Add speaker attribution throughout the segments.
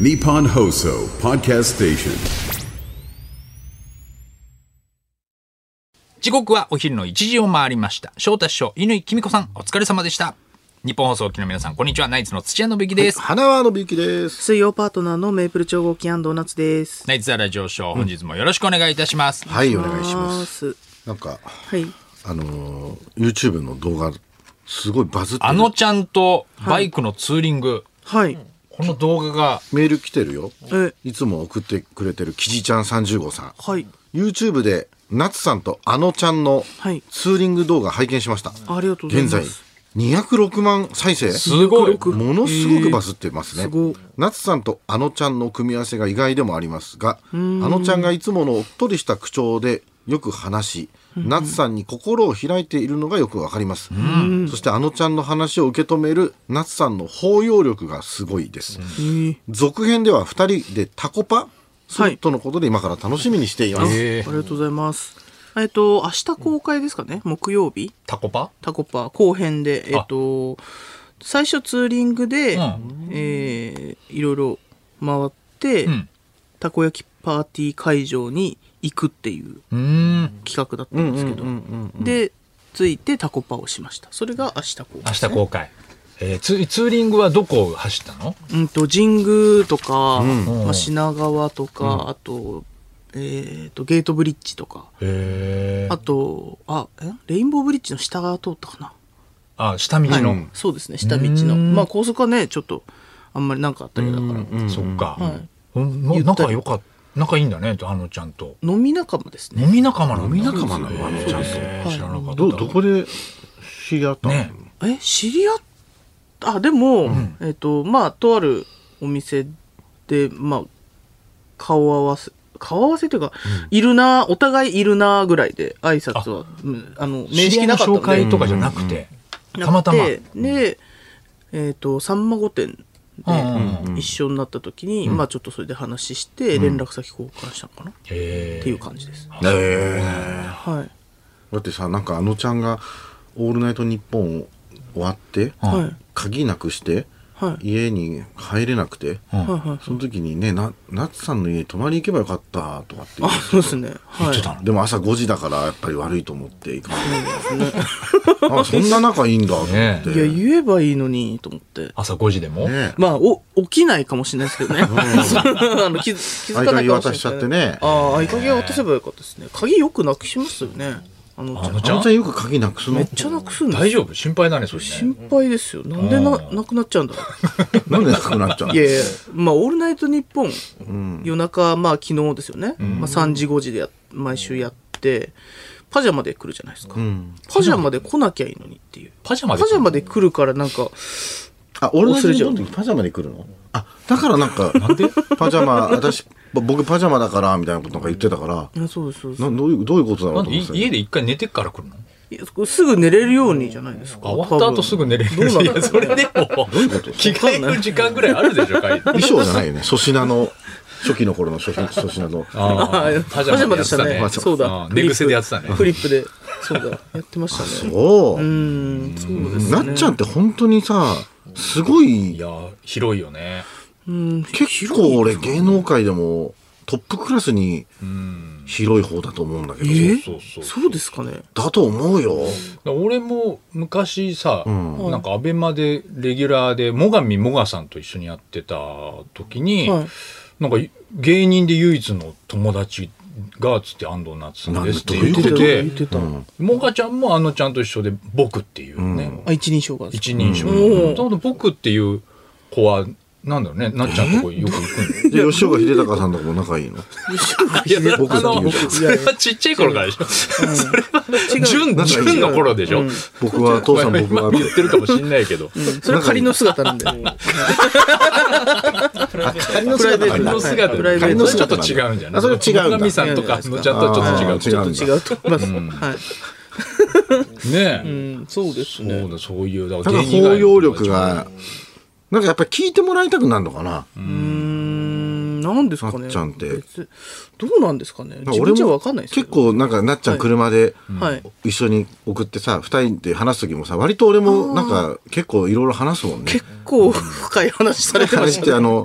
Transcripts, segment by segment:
Speaker 1: Nippon Hoso Podcast Station.
Speaker 2: 時刻はお昼の1時を回りました。翔太師匠、乾きみこさん、お疲れ様でした。日本放送機の皆さん、こんにちは。ナイツの土屋信之です。
Speaker 3: 花輪のびゆきです。
Speaker 4: 水曜パートナーのメープル超合金ドーナツです。
Speaker 2: ナイツザラジオショー、本日もよろしくお願いいたします。
Speaker 3: はい、お願いし
Speaker 4: あ
Speaker 3: ま
Speaker 4: ー
Speaker 3: す。
Speaker 4: す
Speaker 3: なんか、
Speaker 4: はい。
Speaker 3: あのー、YouTube の動画、すごいバズってる
Speaker 2: あのちゃんとバイクのツーリング、
Speaker 4: はい。
Speaker 2: この動画が、
Speaker 3: メール来てるよ。
Speaker 4: え、
Speaker 3: いつも送ってくれてるキジちゃん35さん。
Speaker 4: はい。
Speaker 3: YouTube で、夏さんとあのちゃんの
Speaker 4: はい
Speaker 3: ツーリング動画拝見しました。
Speaker 4: ありがとうござい
Speaker 3: 現
Speaker 4: ます。
Speaker 3: 在、206万再生。
Speaker 2: すごい。
Speaker 3: ものすごくバズってますね、
Speaker 4: すごい
Speaker 3: 夏さんとあのちゃんの組み合わせが意外でもありますがあのちゃんがいつものおっとりした口調でよく話し夏さんに心を開いているのがよくわかりますそしてあのちゃんの話を受け止める夏さんの包容力がすごいです
Speaker 4: えー
Speaker 3: 続編では2人でタコパす
Speaker 4: は
Speaker 3: る
Speaker 4: い
Speaker 3: とのことで今から楽しみにしています、
Speaker 2: え
Speaker 4: ありがとうございます。えっと、明日公開ですかね木曜日
Speaker 2: タコパ
Speaker 4: タコパ後編で、えっと、最初ツーリングで、
Speaker 2: うん
Speaker 4: えーいろいろ回って、
Speaker 2: うん。
Speaker 4: たこ焼きパーティー会場に行くっていう
Speaker 2: うーん。
Speaker 4: 企画だったんですけど、で、ついてタコパをしました。それが明日公開、
Speaker 2: 明日公開。えーツツーリングはどこを走ったの
Speaker 4: うんと神宮とか、
Speaker 2: ん
Speaker 4: まあ、品川とか、あと,、えー、とゲートブリッジとか
Speaker 2: え
Speaker 4: あとあえレインボーブリッジの下側通ったかな、
Speaker 2: あ、下道の。
Speaker 4: はいそうですね下道のまあ高速はねちょっとあんまりなんかあったりだから、
Speaker 2: そっか。
Speaker 4: はい
Speaker 2: うんな
Speaker 4: ゆったり
Speaker 2: 仲良かった。仲いいんだね、あのちゃんと。
Speaker 4: 飲み仲間ですね
Speaker 2: 飲み仲間なの
Speaker 3: 飲み仲間なのあのちゃんと
Speaker 2: 知らなかった。
Speaker 3: どどこで知り合ったの、
Speaker 2: ね
Speaker 4: え知り合っあでも、えっ、とまあとあるお店でまあ顔合わせ顔合わせというか、いるなお互いいるなぐらいで挨拶はうんあの
Speaker 2: 面
Speaker 4: 面
Speaker 2: 識
Speaker 4: 識
Speaker 2: の
Speaker 4: なかったん
Speaker 2: 紹
Speaker 4: で
Speaker 2: 介とかじゃなくて、
Speaker 4: な
Speaker 2: たま
Speaker 4: く
Speaker 2: たま。
Speaker 4: てで、えっ、と、さんま御殿
Speaker 2: うんうん
Speaker 4: で一緒になった時に、まあちょっとそれで話して、連絡先交換したのかな、っ
Speaker 2: へ
Speaker 4: ていう感じです。
Speaker 3: えー
Speaker 4: はい。
Speaker 3: だってさなんかあのちゃんが「オールナイトニッポン」を終わって、
Speaker 2: うん
Speaker 4: はい。
Speaker 3: 鍵なくして、
Speaker 4: はい
Speaker 3: 家に入れなくて、
Speaker 2: うん
Speaker 4: はいはい。
Speaker 3: その時にねな夏さんの家に泊まりに行けばよかったとかって言
Speaker 4: あ
Speaker 3: う、
Speaker 4: そうですね。はい。
Speaker 3: でも朝5時だからやっぱり悪いと思って行か ないあそんな仲いいんだと思って、
Speaker 2: ね
Speaker 4: いや、言えばいいのに、と思って。
Speaker 2: 朝5時でも、
Speaker 3: ね
Speaker 4: まあ、お、起きないかもしれないですけどね。 あの気づ気づかないかもしれな
Speaker 3: 合
Speaker 4: いですけど。
Speaker 3: 鍵渡しちゃってね
Speaker 4: ああ、合鍵渡せばよかったですね。鍵よくなくしますよね。あのちゃ
Speaker 2: あの
Speaker 3: あ
Speaker 4: ん
Speaker 3: のちゃんよく鍵なくすの
Speaker 4: めっちゃなくすんです
Speaker 2: 大
Speaker 4: よ。
Speaker 2: 丈夫心配だね、それ、ね。
Speaker 4: 心配ですよ。なんでな、なくなっちゃうんだろう。
Speaker 3: なんでなくなっちゃうの
Speaker 4: いやいや、まあ、オールナイトニッポン、夜中、まあ、昨日ですよね。まあ、3時、5時でや、毎週やって、パジャマで来るじゃないですか。パジャマで来なきゃいいのにっていう。
Speaker 2: パジャマで来
Speaker 4: パ
Speaker 2: る
Speaker 4: ジャマで来るから、なんか、
Speaker 3: あ俺の日本の時パジャマで来るのあだからなん かなんでパジャマ私僕パジャマだからみたいなことなんか言ってたから
Speaker 4: いやそうです、そうです
Speaker 3: などういうどういうことだ
Speaker 2: な
Speaker 3: ろうんと
Speaker 2: でい
Speaker 3: 思ってた
Speaker 2: 家で一回寝てから来るの
Speaker 4: いや。すぐ寝れるようにじゃないですか。
Speaker 2: あ終わった後すぐ寝れる
Speaker 4: どう
Speaker 2: い
Speaker 4: な
Speaker 2: や、
Speaker 4: の
Speaker 2: それでも、着替える時間ぐらいあるでしょ、帰って。
Speaker 3: 衣装じゃないよね粗品の初期の頃の初期粗品の
Speaker 2: あ
Speaker 4: あ
Speaker 2: ー
Speaker 4: パジャマでしたね。そうだ
Speaker 2: あ。ー寝癖でやってたね。
Speaker 4: フリップで。そうだ。やってました ね。
Speaker 3: おお、
Speaker 4: うん、そうですね。
Speaker 3: なっちゃんって本当にさすご
Speaker 2: い
Speaker 3: い
Speaker 2: やー、広いよね。
Speaker 4: うん、
Speaker 3: 結構俺芸能界でもトップクラスに
Speaker 2: うん。
Speaker 3: 広い方だと思うんだけど、
Speaker 4: え
Speaker 2: そうそうそ
Speaker 4: そうですかね。
Speaker 3: だと思うよ
Speaker 2: 俺も昔さ、
Speaker 3: ん
Speaker 2: なんかアベマでレギュラーで、最上もがさんと一緒にやってた時に、
Speaker 4: はい。
Speaker 2: なんか芸人で唯一の友達がつって安藤夏さんですって言って
Speaker 3: なん
Speaker 4: 言っ
Speaker 2: て
Speaker 4: てた。
Speaker 2: もがちゃんもあのちゃんと一緒で「僕」っていうね、
Speaker 4: あ、一人称が。
Speaker 2: 一人称
Speaker 4: うん
Speaker 2: の僕」っていう子はなんだろうねなっちゃんとこよく行く
Speaker 3: で吉岡秀隆さんとかも仲いいの
Speaker 2: のいや
Speaker 3: 僕
Speaker 2: あの
Speaker 3: 僕
Speaker 2: それはちっちゃい頃からでしょそれは純
Speaker 3: なんか
Speaker 2: 純の頃でしょ、
Speaker 3: 僕は父さん
Speaker 2: まあ
Speaker 3: 僕
Speaker 2: 今
Speaker 3: は
Speaker 2: 言ってるかもしんないけど、
Speaker 4: それは仮の姿なんで。
Speaker 3: 仮の
Speaker 4: プライベート
Speaker 2: 仮の姿
Speaker 4: プライベ
Speaker 2: 仮
Speaker 4: ー
Speaker 2: の
Speaker 4: ト
Speaker 2: 姿ちょっと違うんじゃない
Speaker 3: あそれ違うんだ
Speaker 2: 野上さんとかあのちゃんとはちょっと違う
Speaker 4: ちょっと
Speaker 3: うん
Speaker 4: 違うと思います。はい。
Speaker 2: ねえ、
Speaker 4: うん、そうですね。
Speaker 2: そうだそういうだ
Speaker 3: なんか包容力がなんかやっぱり聞いてもらいたくなるのかな
Speaker 4: うなんですか
Speaker 3: な
Speaker 4: ね
Speaker 3: っちゃんって
Speaker 4: 別どうなんですかね自分じゃ分かんないですけ
Speaker 3: 結
Speaker 4: ど
Speaker 3: 構なんかなっちゃん車で
Speaker 4: はい
Speaker 3: 一緒に送ってさ二人で話す時もさ割と俺もなんか結構いろいろ話すもんね
Speaker 4: 結構深い話されてま
Speaker 3: 話し
Speaker 4: し
Speaker 3: た
Speaker 4: ね
Speaker 3: てあの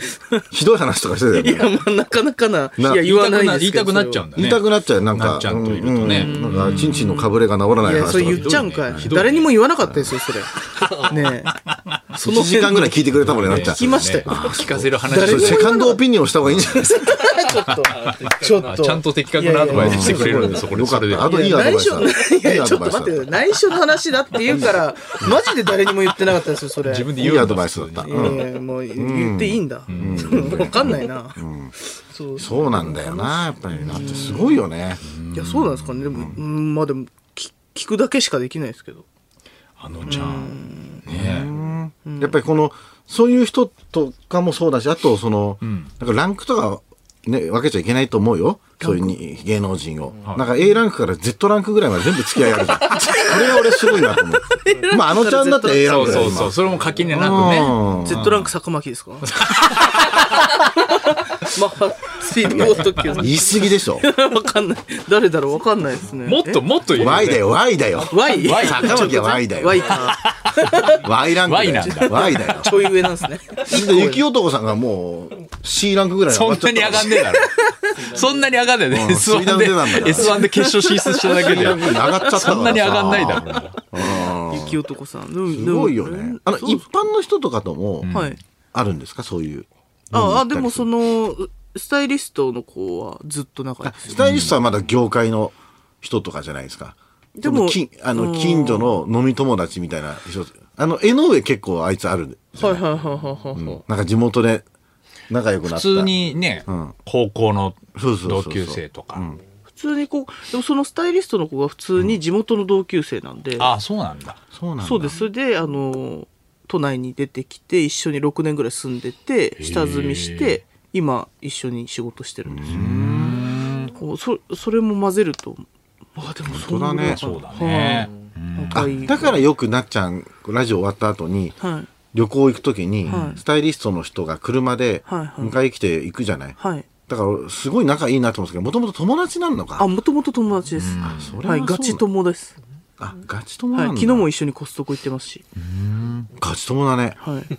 Speaker 3: ひどい話とかしてた
Speaker 4: い
Speaker 3: よね
Speaker 4: やまあなかなかない
Speaker 3: な
Speaker 4: や言わないです
Speaker 2: 言い
Speaker 4: け
Speaker 2: た
Speaker 4: ど
Speaker 2: くなっちゃうん
Speaker 4: だ
Speaker 2: だね。
Speaker 3: 言いたくなっちゃうなん
Speaker 2: な
Speaker 3: か
Speaker 2: っちゃんといるとね
Speaker 3: うんうんなんかチンチンのかぶれが治らない話
Speaker 4: いや
Speaker 3: とか
Speaker 4: それ言っちゃうんかい誰にも言わなかったですよそれねえそ
Speaker 3: 1時間ぐらい
Speaker 4: 聞
Speaker 3: 聞いてくれたもんねなっちゃん
Speaker 4: 聞きましたよ
Speaker 2: 聞かせる話
Speaker 3: それ
Speaker 2: を
Speaker 3: セカンドオピニオンした方がいいんじゃないですか
Speaker 4: ちょっとちょっ
Speaker 2: あ
Speaker 4: と
Speaker 2: ちゃんと的確なアドバイスしてくれるんだ、そこで。
Speaker 3: よか
Speaker 2: そ
Speaker 3: っ
Speaker 2: れで
Speaker 3: たあとい
Speaker 4: い
Speaker 3: い
Speaker 4: や
Speaker 3: アドバ
Speaker 4: 内
Speaker 3: イスだ
Speaker 4: 緒
Speaker 3: い
Speaker 4: い
Speaker 3: い
Speaker 4: や
Speaker 3: ア
Speaker 4: ちょ
Speaker 3: ド
Speaker 4: っ
Speaker 3: バ
Speaker 4: と
Speaker 3: イスだ
Speaker 4: 待って内緒の話だって言うからマジで誰にも言ってなかったですよそれ
Speaker 2: 自分で
Speaker 3: い
Speaker 2: 言
Speaker 3: い
Speaker 2: うん
Speaker 3: アドバイスだった
Speaker 4: いやいやもう言っていいんだわかんないなそう
Speaker 3: そうなんだよなやっぱりなってすごいよね
Speaker 4: いやそうなんですかねでもうんまあでも聞聞くだけしかできないですけど
Speaker 2: あのちゃん。ね
Speaker 3: やっぱりこのそういう人とかもそうだしあとその、なんかランクとか、ね、分けちゃいけないと思うよそういうに芸能人を、なんか A ランクから Z ランクぐらいまで全部付き合いあるじ ゃんこれは俺すごいなと思うまああのちゃんだって A
Speaker 2: え。
Speaker 3: ラン
Speaker 2: そう
Speaker 3: クだよ
Speaker 2: そうそう。それも垣根なくね。
Speaker 3: 今うん
Speaker 4: Z ランク坂巻ですか まあスピードボート級
Speaker 3: 言い過ぎでしょ
Speaker 4: わかんない誰だろうわかんないですね
Speaker 2: もっともっといるよね。
Speaker 3: Y だよ Y だよ
Speaker 4: Y?
Speaker 2: Y
Speaker 3: 坂巻は Y だよ
Speaker 4: Y か
Speaker 3: Y ランクだ
Speaker 2: Y
Speaker 3: よ
Speaker 2: なんだ
Speaker 3: Y だ よ
Speaker 4: ちょい上なんですね
Speaker 3: で雪男さんがもう C ランクぐらい
Speaker 2: そんなに上がんねえだろ。そんなに上がんねえね。
Speaker 3: うん
Speaker 2: S1
Speaker 3: 水
Speaker 2: で、
Speaker 3: 道出たんだ
Speaker 2: S1 で決勝進出しただけで。
Speaker 3: 上がっちゃったからさ
Speaker 2: そんなに上がんないだろうな。
Speaker 4: 雪男さんでも
Speaker 3: すごいよねあの
Speaker 4: でも
Speaker 3: 一般の人とかとも
Speaker 4: はい
Speaker 3: あるんですかそういう
Speaker 4: ああでもそのスタイリストの子はずっと仲良いです
Speaker 3: スタイリストはまだ業界の人とかじゃないですか。
Speaker 4: でも
Speaker 3: その近あの近所の飲み友達みたいな人。あの、江上結構あいつある。
Speaker 4: はいはいはいはいはい
Speaker 3: なんか地元で仲良くなった。
Speaker 2: 普通。にね、高校の同級生とか。
Speaker 4: 普通にこうでもそのスタイリストの子が普通に地元の同級生なんで、
Speaker 2: ああ、そうなんだ。
Speaker 3: そうなんだ。
Speaker 4: そうですそれであの都内に出てきて一緒に6年ぐらい住んでて下積みして今一緒に仕事してるんですよこうそそれも混ぜるとあでもそ
Speaker 3: 本当だね
Speaker 2: そうだね。
Speaker 3: あだからよくなっちゃん、ラジオ終わった後に、
Speaker 4: らはい
Speaker 3: 旅行行くときに、
Speaker 4: はい
Speaker 3: スタイリストの人が車で
Speaker 4: はいはい
Speaker 3: 迎え来て行くじゃない。
Speaker 4: はい
Speaker 3: だから、すごい仲いいなと思うんですけど、もともと友達なの
Speaker 4: あ
Speaker 3: か。
Speaker 4: もともと友達です
Speaker 3: それは
Speaker 4: はい
Speaker 3: そう
Speaker 4: ガチ友です
Speaker 3: あ、ガチ友
Speaker 4: は
Speaker 3: ないんだ。
Speaker 4: 昨日も一緒にコストコ行ってますし
Speaker 3: ガチ友だね。
Speaker 4: はい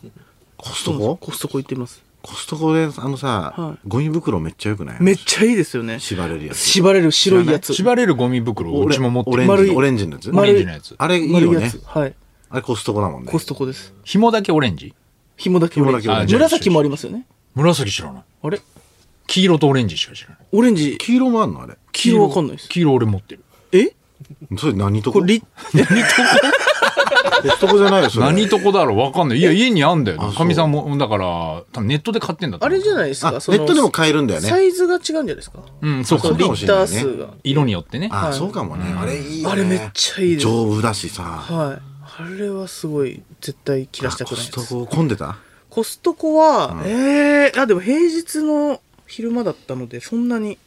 Speaker 3: コス
Speaker 4: そう
Speaker 3: ト
Speaker 4: なんです
Speaker 3: コ
Speaker 4: コストコ行ってます
Speaker 3: コストコで、あの
Speaker 4: は
Speaker 3: さ
Speaker 4: い、
Speaker 3: ゴミ袋めっちゃ良くない
Speaker 4: めっちゃいいですよね
Speaker 3: 縛れるやつ。
Speaker 4: 縛れる白いやつ
Speaker 2: 縛れるゴミ袋をうちも持って
Speaker 3: オ
Speaker 2: る。
Speaker 3: レン
Speaker 4: 丸
Speaker 3: ジ
Speaker 4: い
Speaker 3: オレンジのやつ
Speaker 2: オ
Speaker 4: 丸
Speaker 2: レ
Speaker 4: い
Speaker 2: ンジのやつ。
Speaker 3: あれいい
Speaker 4: 丸い
Speaker 3: よ
Speaker 4: や
Speaker 3: ね
Speaker 4: つはい
Speaker 3: あれコストコだもんね
Speaker 4: コストコです
Speaker 2: 紐だけオレンジ
Speaker 4: 紐だけオレンジ
Speaker 3: 紐だけオレン
Speaker 2: ジ
Speaker 4: 紫もありますよね
Speaker 2: 紫知らない。
Speaker 4: あれ
Speaker 2: 黄色とオレンジしか知らない。
Speaker 4: オレンジ
Speaker 3: 黄色もあんのあれ
Speaker 4: 黄色わかんないです
Speaker 2: 黄色俺持ってる。
Speaker 4: え
Speaker 3: それ何とこ
Speaker 4: これリ
Speaker 3: コストコじゃないよそれ
Speaker 2: 何とこだろうわかんない。いや、家にあんだよ。
Speaker 3: そう
Speaker 2: かみさんも、だから、多分ネットで買ってんだと
Speaker 4: あ
Speaker 2: 思う
Speaker 4: れじゃないです
Speaker 3: あ
Speaker 4: か
Speaker 3: ネ
Speaker 4: その
Speaker 3: ットでも買えるんだよ
Speaker 4: サ
Speaker 3: ね
Speaker 4: イズが違うんじゃないですか
Speaker 2: うん、そう
Speaker 4: そ
Speaker 2: か
Speaker 4: の。
Speaker 3: う
Speaker 4: リ
Speaker 3: かもし
Speaker 4: ッ
Speaker 3: れな
Speaker 4: タ
Speaker 3: い
Speaker 4: ー
Speaker 3: ね
Speaker 4: 数が
Speaker 2: 色によってね。
Speaker 3: あそうかもねあれいいよね
Speaker 4: あれめっちゃいいですは
Speaker 3: 丈夫だしさ
Speaker 4: いあれはすごい絶対切らしたく
Speaker 3: コ
Speaker 4: ない
Speaker 3: ス
Speaker 4: で
Speaker 3: ト
Speaker 4: す
Speaker 3: コ混んでた
Speaker 4: コストコはええあでも平日の昼間だったのでそんなに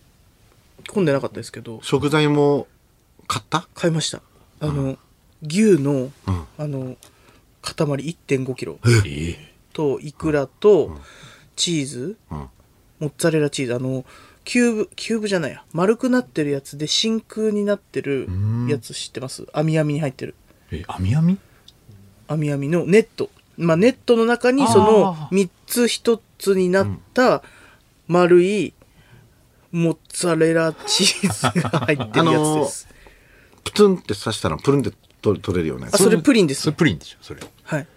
Speaker 4: 混んでなかったですけど
Speaker 3: 食材も買った
Speaker 4: 買いましたあの牛の
Speaker 3: ん
Speaker 4: あの塊1 5キロ
Speaker 2: え
Speaker 4: とイクラとチーズ
Speaker 3: うん
Speaker 4: モッツァレラチーズあのキューブキューブじゃないや丸くなってるやつで真空になってるやつ知ってます網網に入ってる
Speaker 2: え、あみあみ
Speaker 4: 網網のネットまあネットの中にその
Speaker 2: あ
Speaker 4: 3つ1つになった丸いモッツァレラチーズが入ってるやつです、
Speaker 3: プツンって刺したらプルンって取取れるよね
Speaker 4: あそれプリンです
Speaker 2: それプリンでしょ、それ。
Speaker 4: はい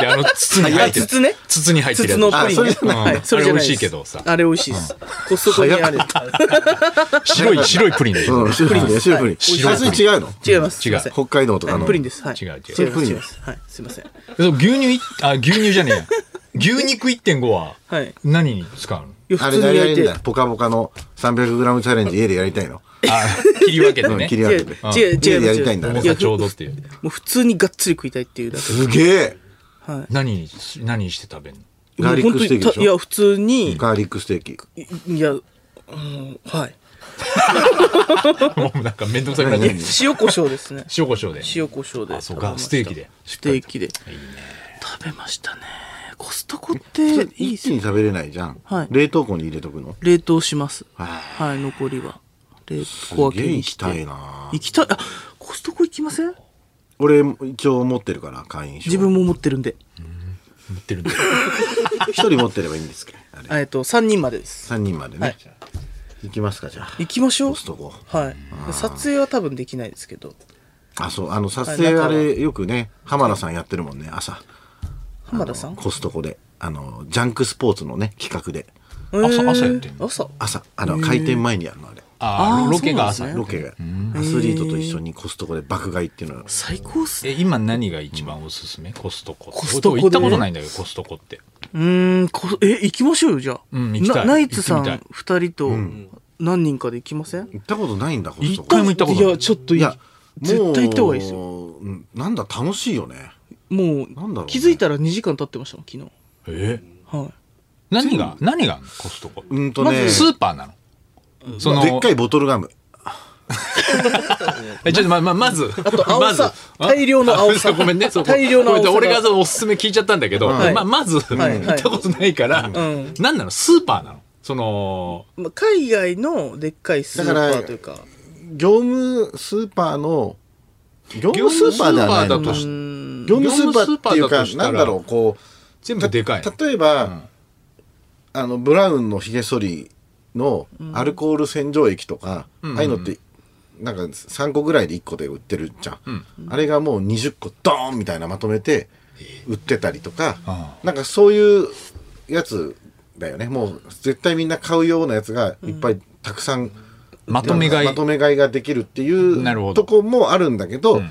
Speaker 2: いや、あの、筒に入ってる。
Speaker 4: あ筒ね
Speaker 2: 筒に入ってるや
Speaker 4: 筒
Speaker 2: つ
Speaker 4: のプリンね
Speaker 3: あそれじゃ
Speaker 2: ない
Speaker 4: はいそれじゃないで
Speaker 2: あれ美味
Speaker 4: す
Speaker 2: しいけどさ
Speaker 4: あれ美味しいですコストコにある
Speaker 2: 白 い、白いプリンでしょ。
Speaker 3: うん白いね白いプリン
Speaker 2: 白い
Speaker 3: サイズ違うの
Speaker 4: 違いますす
Speaker 2: 違
Speaker 4: いうません
Speaker 3: 北海道とか
Speaker 4: は
Speaker 3: の
Speaker 4: いプリンですはい
Speaker 2: 違う違う
Speaker 4: 違います
Speaker 3: そ
Speaker 4: 違
Speaker 3: れプリン
Speaker 4: いますはいすいません
Speaker 2: えそう牛乳い、あ、牛乳じゃねえや。牛肉1.5は
Speaker 4: はい
Speaker 2: 何に使うの
Speaker 4: いや
Speaker 3: あれ
Speaker 4: 普通
Speaker 3: で
Speaker 4: に
Speaker 3: や
Speaker 4: 焼
Speaker 3: り
Speaker 4: い
Speaker 3: た
Speaker 4: て
Speaker 3: いんだポカポカの 300g チャレンジ家でやりたいの
Speaker 2: あ、切り分けて
Speaker 3: うん
Speaker 2: ね
Speaker 3: 切。り
Speaker 4: 違
Speaker 3: 上げ
Speaker 4: う
Speaker 3: て
Speaker 4: 違う違う
Speaker 3: 家でや
Speaker 4: 違
Speaker 3: り
Speaker 4: う
Speaker 3: たいんだね
Speaker 4: い
Speaker 2: 重
Speaker 4: や
Speaker 2: さちょうどっていう。
Speaker 4: もう普通にがっつり食いたいっていうだけ
Speaker 3: すげえ
Speaker 4: はい
Speaker 2: 何に、何にして食べんの
Speaker 3: ガーリックステーキでし
Speaker 4: いや
Speaker 3: ょ
Speaker 4: 普通に
Speaker 3: ガーリックステーキ
Speaker 4: いいや、うん、は い
Speaker 2: もうなんかめんどくさくなっちゃう
Speaker 3: 何何。
Speaker 4: 塩コショウです ね
Speaker 2: 塩コショウで。
Speaker 4: 塩コショウで
Speaker 2: あそう
Speaker 4: 食べ
Speaker 2: か
Speaker 4: ました
Speaker 2: ステーキで
Speaker 4: ステーキで食べましたねココストコっ
Speaker 3: そ
Speaker 4: て
Speaker 3: れ
Speaker 4: い
Speaker 3: 一
Speaker 4: いっす
Speaker 3: 気
Speaker 4: ね
Speaker 3: に食べれないじゃん、
Speaker 4: はい
Speaker 3: 冷凍庫に入れとくの
Speaker 4: 冷凍します
Speaker 3: は
Speaker 4: はい残りは冷
Speaker 3: す
Speaker 4: 凍分
Speaker 3: げ
Speaker 4: け
Speaker 3: え
Speaker 4: に
Speaker 3: 行き
Speaker 4: して
Speaker 3: たいな
Speaker 4: 行きたいあコストコ行きません
Speaker 3: 俺一応持ってるから会員証
Speaker 4: 自分も持ってるんで
Speaker 2: 言ってるんで。
Speaker 3: 一人持ってればいいんですけどあれ
Speaker 4: えっと3人までです
Speaker 3: 3人までね、
Speaker 4: はい
Speaker 3: 行きますかじゃあ
Speaker 4: 行きましょう
Speaker 3: コストコ
Speaker 4: はい撮影は多分できないですけど
Speaker 3: あそうあの撮
Speaker 4: はい
Speaker 3: 影
Speaker 4: 中は
Speaker 3: あれよくね浜田さんやってるもんね朝
Speaker 4: 浜田さん
Speaker 3: コストコであのジャンクスポーツのね企画で
Speaker 2: 朝朝やってんの
Speaker 4: 朝
Speaker 3: 朝あの開店前にやるのあれ
Speaker 2: あ
Speaker 4: あー
Speaker 2: あ、ロケが
Speaker 4: そう
Speaker 2: 朝
Speaker 4: なんですね。
Speaker 3: ロケがアスリートと一緒にコストコで爆買いっていうのを
Speaker 4: 最高っすね
Speaker 2: え、今何が一番おすすめコストコ。
Speaker 4: コストコで
Speaker 2: 行ったことないんだけど、コストコって。
Speaker 4: うーんこえ行きましょうよじゃあ
Speaker 2: うん行きたい
Speaker 4: なナイツさん
Speaker 2: 行って
Speaker 4: 2人と何人かで行きません
Speaker 3: 行ったことないんだコス
Speaker 2: 一
Speaker 3: トコ
Speaker 2: 回も行ったことない。
Speaker 4: やちょっといや絶対行った方がいいですよ
Speaker 3: よなんだ楽しいよね
Speaker 4: もう
Speaker 3: なんだろうね
Speaker 4: 気づいたら2時間経ってましたもん昨日
Speaker 2: え
Speaker 4: はい
Speaker 2: 何が、何があんのコストコ。
Speaker 3: うんとね
Speaker 2: スーパーなの。その、
Speaker 3: でっかいボトルガム
Speaker 2: え、ちょっとま、ま、まず、あ
Speaker 4: と青
Speaker 2: まず
Speaker 4: さ、 大量の青 さ
Speaker 2: あごめんね、そう
Speaker 4: 大量の青さが
Speaker 2: ごめんね俺がそのおすすめ聞いちゃったんだけど、
Speaker 4: はい
Speaker 2: ま、まず、
Speaker 4: はい
Speaker 2: 行ったことないから、
Speaker 4: ん
Speaker 2: なんなのスーパーなのその、
Speaker 4: まあ、海外のでっかいスーパーというか
Speaker 3: 業務スーパーの業務スーパーではないの
Speaker 2: 業務スーパーだとし
Speaker 3: 業務スーパーっていう
Speaker 2: 業務スーパーだ
Speaker 3: か
Speaker 2: としたら
Speaker 3: なんだろうこう
Speaker 2: 全部でかいの。
Speaker 3: た例えば、あのブラウンのひげ剃りのアルコール洗浄液とか、ああいうのってなんか3個ぐらいで1個で売ってるじゃん、あれがもう20個ドーンみたいなまとめて売ってたりとか、
Speaker 2: あ
Speaker 3: なんかそういうやつだよねもう絶対みんな買うようなやつがいっぱいたくさん、
Speaker 2: まとめ買い
Speaker 3: まとめ買いができるっていう
Speaker 2: なるほど
Speaker 3: とこもあるんだけど、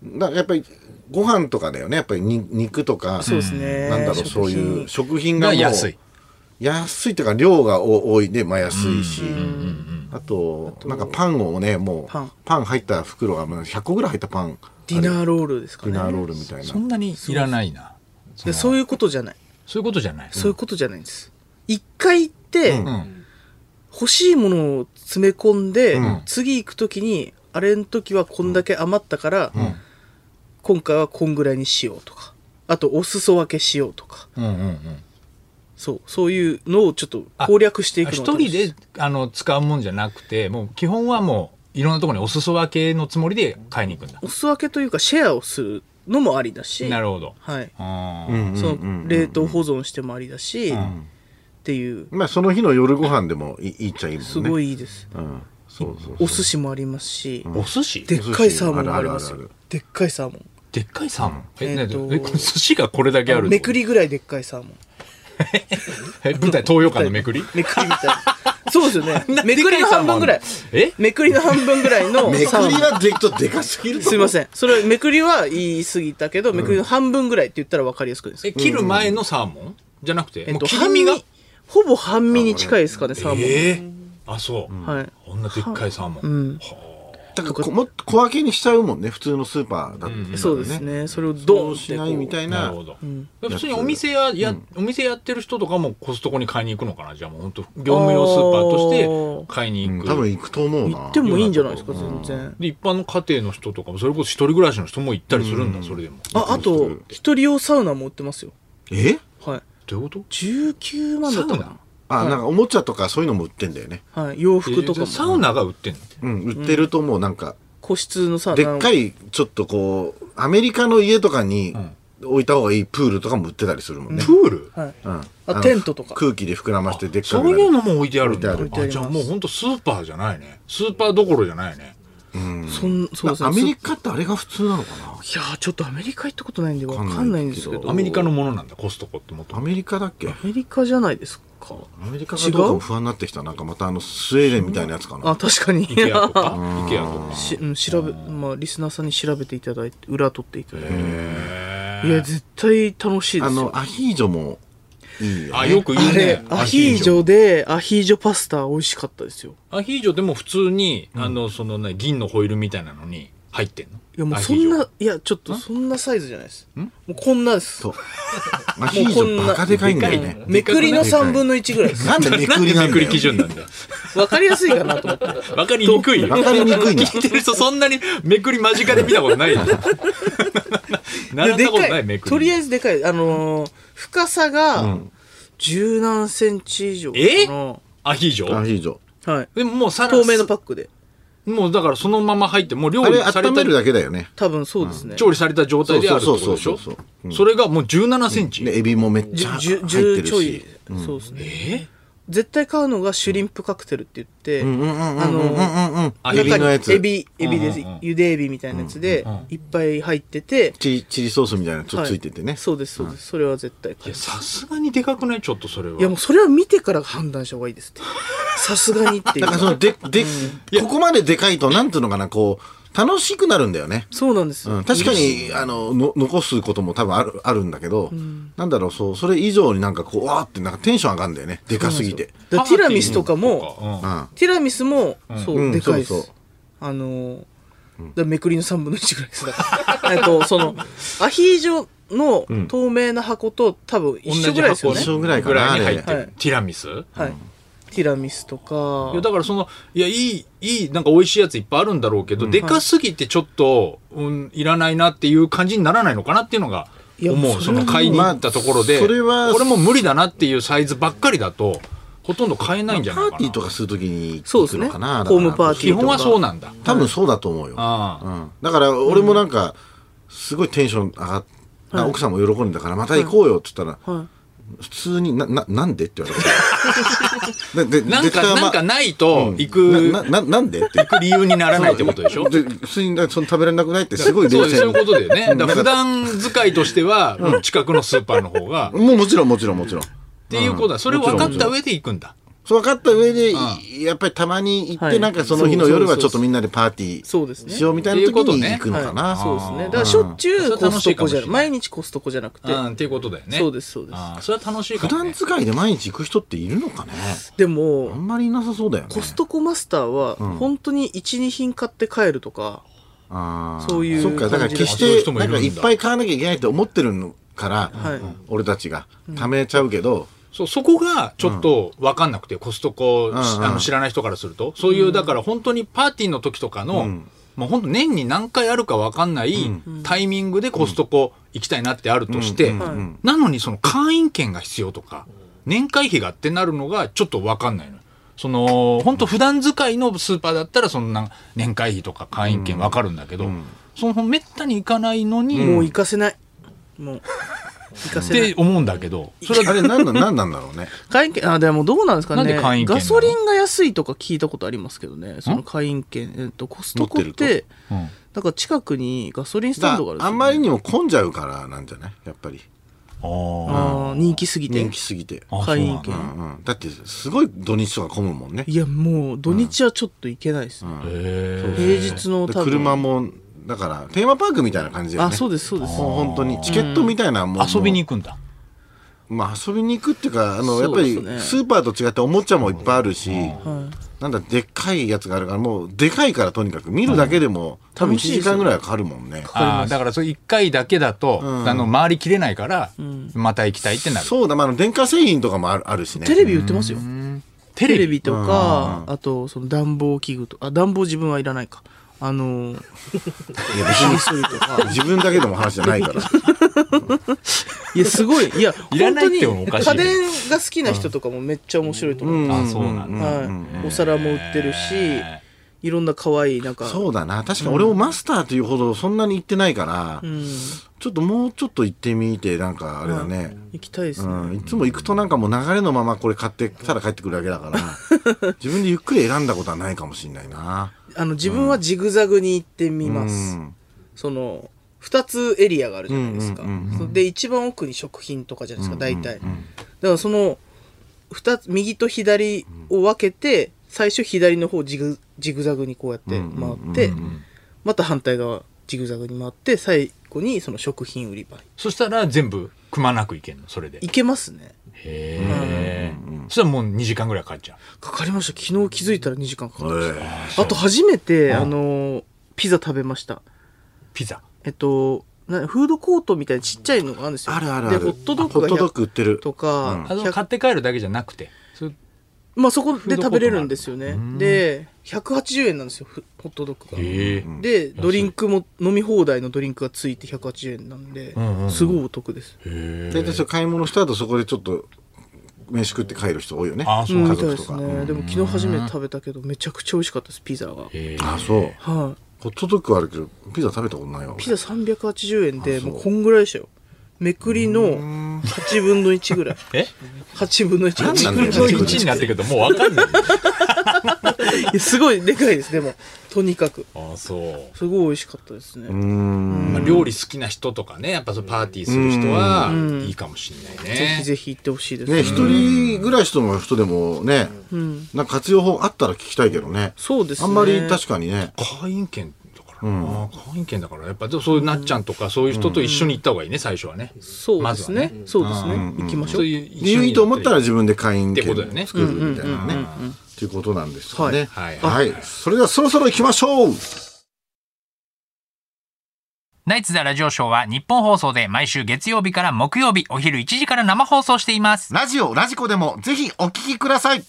Speaker 3: なんかやっぱりご飯とかだよねやっぱりに肉とか
Speaker 4: そうですね
Speaker 3: なんだろうそ
Speaker 4: 食品
Speaker 3: ういう食品が
Speaker 2: が
Speaker 3: もう
Speaker 2: 安い
Speaker 3: 安いというか量がお多いで、まあ、安いし、あとなんかパンをねもう
Speaker 4: パ
Speaker 3: パ
Speaker 4: ン
Speaker 3: ン入った袋がもう100個ぐらい入ったパン
Speaker 4: ディ
Speaker 3: あ
Speaker 4: ナー
Speaker 3: れ
Speaker 4: ロールですか
Speaker 3: ディ
Speaker 4: ね
Speaker 3: ナーロールみたいな
Speaker 2: そんなにいらないな。そ
Speaker 4: で
Speaker 2: の
Speaker 4: そういうことじゃない
Speaker 2: そういうことじゃない。
Speaker 4: そういうことじゃないんです一回行って、
Speaker 3: うん
Speaker 2: うん
Speaker 4: 欲しいものを詰め込んで、
Speaker 3: うん
Speaker 4: 次行く時にあれの時はこんだけ余ったから、今回はこんぐらいにしようとかあとお裾分けしようとか
Speaker 2: うんうんうん。
Speaker 4: そうそういうのをちょっと
Speaker 2: あ
Speaker 4: 攻略していくの
Speaker 2: 一
Speaker 4: が楽しい
Speaker 2: 人であの使うもんじゃなくてもう基本はもういろんなところにお裾分けのつもりで買いに行くんだ
Speaker 4: お裾分けというかシェアをするのもありだし
Speaker 2: なるほど
Speaker 4: はい、
Speaker 2: あ
Speaker 3: う
Speaker 2: ー
Speaker 3: んうん
Speaker 4: そ
Speaker 3: うん
Speaker 4: の冷凍保存してもありだし、っていう
Speaker 3: まあ、その日の夜ご飯でもいいいっちゃいいもんね
Speaker 4: すごいいいです、
Speaker 3: うん、そうそうそう
Speaker 4: お寿司もありますし、
Speaker 2: お寿司
Speaker 4: で
Speaker 2: で
Speaker 4: っかいサーモンもありま
Speaker 3: あ
Speaker 4: すよ
Speaker 3: るあるある
Speaker 4: でっかいサーモン
Speaker 2: っかいサーモン
Speaker 4: え
Speaker 2: え
Speaker 4: ー
Speaker 2: な
Speaker 4: と
Speaker 2: えこれ寿司がこれだけある
Speaker 4: めくりぐらいでっかいサーモン
Speaker 2: え舞台東洋館のめくり
Speaker 4: めくりみたいな そうですよねめくりの半分ぐらい
Speaker 2: え
Speaker 4: めくりの半分ぐらいの
Speaker 3: めくり
Speaker 4: サーモン
Speaker 3: はでっとでかすぎると
Speaker 4: すいませんそれめくりは言い過ぎたけど、めくりの半分ぐらいって言ったら分かりやすくないですか
Speaker 2: え切る前のサーモンじゃなくて
Speaker 4: え
Speaker 2: もう
Speaker 4: っと
Speaker 2: 切り身が
Speaker 4: 半身ほぼ半身に近いですかねサーモン、
Speaker 2: えーあそう
Speaker 4: はい
Speaker 2: こんなでっかいサーモン
Speaker 4: うん
Speaker 3: だからこもっと小分けにしちゃうもんね普通のスーパーだって
Speaker 4: そうですねそれをド
Speaker 3: ど
Speaker 4: ーン
Speaker 3: う
Speaker 4: っ
Speaker 3: して
Speaker 4: こ
Speaker 3: ないみ
Speaker 4: う
Speaker 3: たい
Speaker 2: なる
Speaker 3: な
Speaker 2: ほど普通にお店ややお店やってる人とかもコストコに買いに行くのかなじゃあもう本当業務用スーパーとして買いに
Speaker 3: うん
Speaker 2: 行く
Speaker 3: 多分行くと思うな
Speaker 4: 行ってもいいんじゃないですか全然
Speaker 2: で一般の家庭の人とかもそれこそ一人暮らしの人も行ったりするんだ、それでも
Speaker 4: ああと一人用サウナも売ってますよ
Speaker 3: え
Speaker 4: はい
Speaker 2: どういうこと
Speaker 4: 19万だった
Speaker 2: サウ
Speaker 4: か
Speaker 3: あなんかおもちゃとかそういうのも売ってんだよね
Speaker 4: な、はい、洋服とか
Speaker 2: え
Speaker 4: も
Speaker 2: サウナが売ってんの
Speaker 3: うん売ってるともうなんか
Speaker 4: 個室のサウ
Speaker 3: で
Speaker 4: ナ
Speaker 3: っかいちょっとこうアメリカの家とかに置いた方がいいプールとかも売ってたりするもんね
Speaker 2: プール、
Speaker 4: はい、
Speaker 3: うんあ
Speaker 4: あ
Speaker 3: の
Speaker 4: テントとか
Speaker 3: 空気で膨らましてでっか
Speaker 2: そう
Speaker 3: く
Speaker 2: い
Speaker 3: な
Speaker 2: う
Speaker 3: る
Speaker 2: のも置いてあるんだ
Speaker 3: 置
Speaker 2: あ
Speaker 3: い
Speaker 4: てあります
Speaker 2: じゃあもう本当スーパーじゃないねスーパーどころじゃないね
Speaker 4: そんそうですね
Speaker 3: アメリカってあれが普通なのかない
Speaker 4: やーちょっとアメリカ行ったことないんでわかんないんですけ
Speaker 3: わか
Speaker 4: ど
Speaker 3: ん
Speaker 2: ア
Speaker 3: ない
Speaker 2: メ
Speaker 4: ア
Speaker 2: リカのものなんだコストコってもっと
Speaker 3: アメリカだっけア
Speaker 4: メリカじゃないですか
Speaker 3: メリカがどうかも不安になってきたなんかまたあのスウェーデンみたいなやつかな
Speaker 4: あ確かに
Speaker 2: イケアとかイケアとか
Speaker 4: し、うん、調べまあリスナーさんに調べていただいて裏取っていただいていや絶対楽しいで
Speaker 3: あ
Speaker 4: す
Speaker 3: の
Speaker 4: よ
Speaker 3: アヒージョもいいよ
Speaker 2: あよく言うね
Speaker 4: アヒージョでアヒージョパスタ美味しかったですよ
Speaker 2: アヒージョでも普通に、あのそのね銀のホイールみたいなのに入ってんの
Speaker 4: いやもうそん
Speaker 2: アヒージョ
Speaker 4: な、いやちょっとそんなサイズじゃないです。もうこんなです。
Speaker 3: そうアヒージョバカでかいんだよね。
Speaker 4: めくりの
Speaker 3: でかい
Speaker 4: 3分の1ぐらいです。
Speaker 3: なんでめくり
Speaker 2: な
Speaker 3: なんん
Speaker 2: で
Speaker 3: だ
Speaker 2: めくり
Speaker 3: よ。
Speaker 2: 基準なんだよ。
Speaker 4: わかりやすいかなと思って。
Speaker 2: わかりにくいよ。
Speaker 3: わかりにくいな
Speaker 2: 聞いてる人そんなにめくり間近 で見たことないよ。習ったこと
Speaker 4: でか
Speaker 2: ないめ
Speaker 4: い。
Speaker 2: くり。
Speaker 4: とりあえずでかい。あのー、深さが十何センチ以上かな。
Speaker 2: えアヒージ
Speaker 3: ア
Speaker 2: ョ
Speaker 3: ヒージョ。
Speaker 4: はい。
Speaker 2: でももうさら
Speaker 4: 透明のパックで。
Speaker 2: もうだからそのまま入って、もう料
Speaker 3: あ
Speaker 2: 理
Speaker 3: れ
Speaker 2: され
Speaker 3: 温
Speaker 2: た
Speaker 3: めるだけだよね。
Speaker 4: 多分そうですね。
Speaker 2: 調理された状態であるってことでし
Speaker 3: そ
Speaker 2: ょ
Speaker 3: うそうそうそうそうう
Speaker 2: それがもう17センチ。
Speaker 3: でエビもめっちゃ入っ
Speaker 4: 10
Speaker 3: て
Speaker 4: 10
Speaker 3: る
Speaker 4: ちょい
Speaker 3: し。。
Speaker 4: そうですね。
Speaker 2: え
Speaker 4: 絶対買うのがシュリンプカクテルって言って、あのー、
Speaker 3: あエビのやつ
Speaker 4: エ。ビ、エビです
Speaker 2: うんうんうん。
Speaker 4: 茹でエビみたいなやつで、いっぱい入ってて、
Speaker 3: チリチリソースみたいなのちょっ
Speaker 4: は
Speaker 3: とついててね。
Speaker 4: そうです、そうです。それは絶対買
Speaker 2: いうや、。さすがにでかくないちょっとそれは。
Speaker 4: いや、もうそれは見てから判断した方がいいですって。さすがにって い。
Speaker 3: だからそうので、で、ここまででかいと、なんていうのかな、こう、楽しくなるんだよね。
Speaker 4: そうなんですよ。
Speaker 3: うん、確かに、あの、の残すことも多分ある、あるんだけど、なんだろう、そう、それ以上になんかこう、わーってなんかテンション上がるんだよね。でかすぎて。
Speaker 4: だからティラミスとかも、
Speaker 2: うん
Speaker 3: うん。
Speaker 4: ティラミスも、そう、
Speaker 3: うん
Speaker 4: でかいです。
Speaker 3: そうそう
Speaker 4: あのー、だからめくりの3分の1ぐらいです。だ からえっと、その、アヒージョの透明な箱と多分一緒ぐらいですよね
Speaker 3: 同じ。箱一緒ぐらいかな
Speaker 2: に入ってる、
Speaker 4: はい
Speaker 2: ティラミス、い
Speaker 4: はい。ティラミスとか
Speaker 2: や、だからその、いや、いい、いい、なんか美味しいやついっぱいあるんだろうけど、でかすぎてちょっと、うん、いらないなっていう感じにならないのかなっていうのが、
Speaker 4: いや
Speaker 2: 思う。
Speaker 4: それは
Speaker 2: その買いに行ったところで、
Speaker 3: まあそれは
Speaker 2: これもう無理だなっていうサイズばっかりだと、ほとんど買えないんじゃ
Speaker 3: パ
Speaker 2: ない
Speaker 3: ー
Speaker 2: か
Speaker 3: ティ
Speaker 2: な
Speaker 3: ー。とかするときに
Speaker 4: そう
Speaker 3: 行
Speaker 4: です
Speaker 3: く
Speaker 4: ね
Speaker 3: のかな。だから
Speaker 4: ホームパーティー
Speaker 2: 基本はそうなんだ。
Speaker 3: 多分そうだと思うよ。
Speaker 2: ああ
Speaker 3: うん、だから俺もなんかすごいテンション上がっ、な奥さんも喜んでたからまた行こうよって言ったら、
Speaker 4: はい
Speaker 3: 普通になななんでって言わ れてでで
Speaker 2: なん
Speaker 3: 絶
Speaker 2: か、
Speaker 3: 対ま
Speaker 2: なんかないと、行く、
Speaker 3: なななんでって
Speaker 2: 行く理由にならないってことでしょ
Speaker 3: で普通にその食べられなくないってすごい
Speaker 2: そうそう
Speaker 3: 冷
Speaker 2: い
Speaker 3: 静
Speaker 2: う
Speaker 3: に
Speaker 2: ことだよね。だから
Speaker 3: う
Speaker 2: 普
Speaker 3: んだ
Speaker 2: 段使いとしては、近くのスーパーの方が、っ
Speaker 3: もうもちろんもちろんもちろん
Speaker 2: ていうことだ。それを分かった上で行くんだ。
Speaker 3: そう分かった上で、やっぱりたまに行っ
Speaker 4: は
Speaker 3: て
Speaker 4: い
Speaker 3: なんかその日の夜はちょっとみんなでパーティ
Speaker 4: そうです
Speaker 3: ー
Speaker 4: ね。
Speaker 3: しようみたいな時に行くのかな、
Speaker 4: はいそうですね。だからしょっちゅうコストコじ
Speaker 2: それは
Speaker 4: ゃ
Speaker 2: 楽しいかもしれな
Speaker 4: な。
Speaker 2: いい
Speaker 4: 毎日コストコじゃなくて。
Speaker 2: うん、っていうことだよね。
Speaker 4: そうですそうです
Speaker 2: あーそれは楽しい
Speaker 3: 普
Speaker 2: かも、
Speaker 3: 段
Speaker 2: ね。
Speaker 3: 使いで毎日行く人っているのかね
Speaker 4: で
Speaker 3: あ
Speaker 4: も、
Speaker 3: んまりいなさそうだよね
Speaker 4: コストコマスターは、本当に1、2品買って帰るとか、
Speaker 3: あー
Speaker 4: そういう
Speaker 3: そっかだから
Speaker 4: 感じで
Speaker 3: 決し
Speaker 2: あそういう
Speaker 3: て
Speaker 2: 人もい
Speaker 3: な
Speaker 2: る
Speaker 3: ん
Speaker 2: んだ
Speaker 3: かいっぱい買わなきゃいけないって思ってるのから、
Speaker 4: はい
Speaker 3: 俺たちが貯めちゃうけど、
Speaker 2: そう、そこがちょっと分かんなくて、コストコ、
Speaker 3: んうん
Speaker 2: あの知らない人からすると、そういう、だから本当にパーティーの時とかの、もう本当年に何回あるか分かんないタイミングでコストコ行きたいなってあるとして、
Speaker 3: うんうん
Speaker 4: うんうん
Speaker 2: なのにその会員券が必要とか、年会費がってなるのがちょっと分かんないのよ。その、本当普段使いのスーパーだったら、そんな年会費とか会員券分かるんだけど、その、めったに行かないのに、
Speaker 4: もう
Speaker 2: っ
Speaker 4: 行かせない。もう、行かせな
Speaker 2: て
Speaker 4: い。
Speaker 2: 思うんだけど、それは
Speaker 3: あれ何なんなんなんだろうね
Speaker 4: 会員券、あ、でもどうなんですか
Speaker 2: なんで
Speaker 4: ね。
Speaker 2: 会員券なの
Speaker 4: ガソリンが安いとか聞いたことありますけどね。その会員券、えっと、コストコっ
Speaker 3: 持って
Speaker 4: て
Speaker 3: る、
Speaker 2: うん
Speaker 4: なんか近くにガソリンスタ
Speaker 3: だ
Speaker 4: ンド
Speaker 3: か
Speaker 4: がある
Speaker 3: らあんまりにも混んじゃうからなんじゃないやっぱり
Speaker 4: あー人気すぎて
Speaker 3: 人気。すぎて、
Speaker 2: あ
Speaker 4: 会員
Speaker 2: そう
Speaker 4: 券。
Speaker 3: うんうんだってすごい土日とか混むもんね
Speaker 4: いや、もう土日はちょっと行けないですね。
Speaker 2: へ
Speaker 4: 平日の
Speaker 3: で
Speaker 4: 多分。
Speaker 3: 車もだからテーマパークみたいな感じだよ
Speaker 4: あ、
Speaker 3: ね
Speaker 4: そう
Speaker 3: で
Speaker 4: です、そうです。
Speaker 3: もう本当にチケットみたいなもん、
Speaker 2: ー遊びに行くんだ。
Speaker 3: まあ遊びに行くっていうかあのやっ
Speaker 4: そ
Speaker 3: ぱ
Speaker 4: うです
Speaker 3: り
Speaker 4: ね
Speaker 3: スーパーと違っておもちゃもいっぱいあるし、なんだでっかいやつがあるからもうでかいからとにかく見るだけでも、多分1
Speaker 4: 楽しいで
Speaker 3: 時
Speaker 4: すよね
Speaker 3: 間ぐらいはかかるもんね
Speaker 4: かります
Speaker 2: あーだからそれ1回だけだと、あの回りきれないから、また行きたいってなる。
Speaker 3: そうだまああの電化製品とかもあるあるしね
Speaker 4: テレビ売ってますよ。
Speaker 2: テ
Speaker 4: テ
Speaker 2: レ
Speaker 4: レ
Speaker 2: ビ
Speaker 4: ビとか、あと、その暖房器具とか、あ暖房自分はいらないか。あのー、
Speaker 3: いや別に自分だけでも話じゃない から
Speaker 4: いや、すご い。いや、
Speaker 2: いら
Speaker 4: 本
Speaker 2: ない
Speaker 4: 当
Speaker 2: って
Speaker 4: に、家
Speaker 2: のもおかしい
Speaker 4: 電が好きな人とかもめっちゃ面白いと思う。
Speaker 2: あそうなんだ。
Speaker 4: はい。お皿も売ってるし、いろんな可愛い、なんか、
Speaker 3: そうだな確か俺もマスターというほどそんなに行ってないから、ちょっともうちょっと行ってみてなんかあれだね、
Speaker 4: 行きたいです
Speaker 3: う
Speaker 4: ね。
Speaker 3: んいつも行くとなんかもう流れのままこれ買ってただ帰ってくるだけだから 自分でゆっくり選んだことはないかもしれないな
Speaker 4: あの、自分はジグザグに行ってみま
Speaker 3: う
Speaker 4: す
Speaker 3: ん。
Speaker 4: その、二つエリアがあるじゃないですか。そで、一番奥に食品とかじゃないですか、大体。だからその、二つ、右と左を分けて、最初左の方ジグ、ジグザグにこうやって回って、また反対側ジグザグに回って、最後にその食品売り場に。
Speaker 2: そしたら全部くまなく行けんの、それで。
Speaker 4: 行けますね。
Speaker 2: へーそしたらもう2時間ぐらいかかっちゃう。
Speaker 4: かかりました。昨日気づいたら2時間かかりました。あと初めて、あのー、ピザ食べました。
Speaker 2: ピザ
Speaker 4: えっと、なフードコートみたいなちっちゃいのがあるんですよ。
Speaker 3: あるあるある
Speaker 4: で、ホットドッグが
Speaker 3: あホットドッグ売ってる
Speaker 4: とか、
Speaker 2: あの
Speaker 4: 100
Speaker 2: 買って帰るだけじゃなくてそれ
Speaker 4: まあそこで食べれるんですよね。で、180円なんですよ、ふホットドッグが。で、ドリンクも、飲み放題のドリンクがついて180円なんで、すごいお得です。
Speaker 3: 大体そう買い物した後そこでちょっと飯食って帰る人多いよね
Speaker 2: あそう
Speaker 4: うん、
Speaker 3: 家
Speaker 4: みたい
Speaker 3: 族
Speaker 4: で
Speaker 3: と
Speaker 4: す
Speaker 3: か、
Speaker 4: ね。でも昨日初めて食べたけど、めちゃくちゃ美味しかったです、ピザが。はい、
Speaker 3: あそうホットドッグはあるけどピザ食べたことないわ
Speaker 4: ピザ380円で、もうこんぐらいでしたよ。めくりの8分の1ぐらい。
Speaker 2: え
Speaker 4: 8分の1ぐらい。
Speaker 3: なん
Speaker 2: 1
Speaker 3: だよ
Speaker 2: の1になってるけどもうわか んない
Speaker 4: いやすごいでかいですでもとにかく
Speaker 2: あそう
Speaker 4: すごい美味しかったですね、
Speaker 2: まあ、料理好きな人とかねやっぱそうパーティーする人はいいかもしれないね。
Speaker 4: ぜひぜひ行ってほしいです
Speaker 3: ね一人暮らしの人でもね、なんか活用法あったら聞きたいけどね
Speaker 4: そうですね
Speaker 3: あんまり確かにね
Speaker 2: 会員権だからな、会員権だからやっぱでもそういうなっちゃんとかそういう人と一緒に行った方がいいね最初はね。
Speaker 4: そうですね,、
Speaker 2: まずはね
Speaker 4: そうですね、行きましょ
Speaker 2: そうういう一緒に
Speaker 3: いいと思ったら自分で会員
Speaker 2: ってこ
Speaker 3: 権
Speaker 2: とだよね
Speaker 3: 作るみたいなねっていうことなんですよね
Speaker 2: はい
Speaker 3: はい、それではそろそろ行きましょう
Speaker 5: ナイツザラジオショーは日本放送で毎週月曜日から木曜日お昼1時から生放送しています。
Speaker 3: ラジオラジコでもぜひお聞きください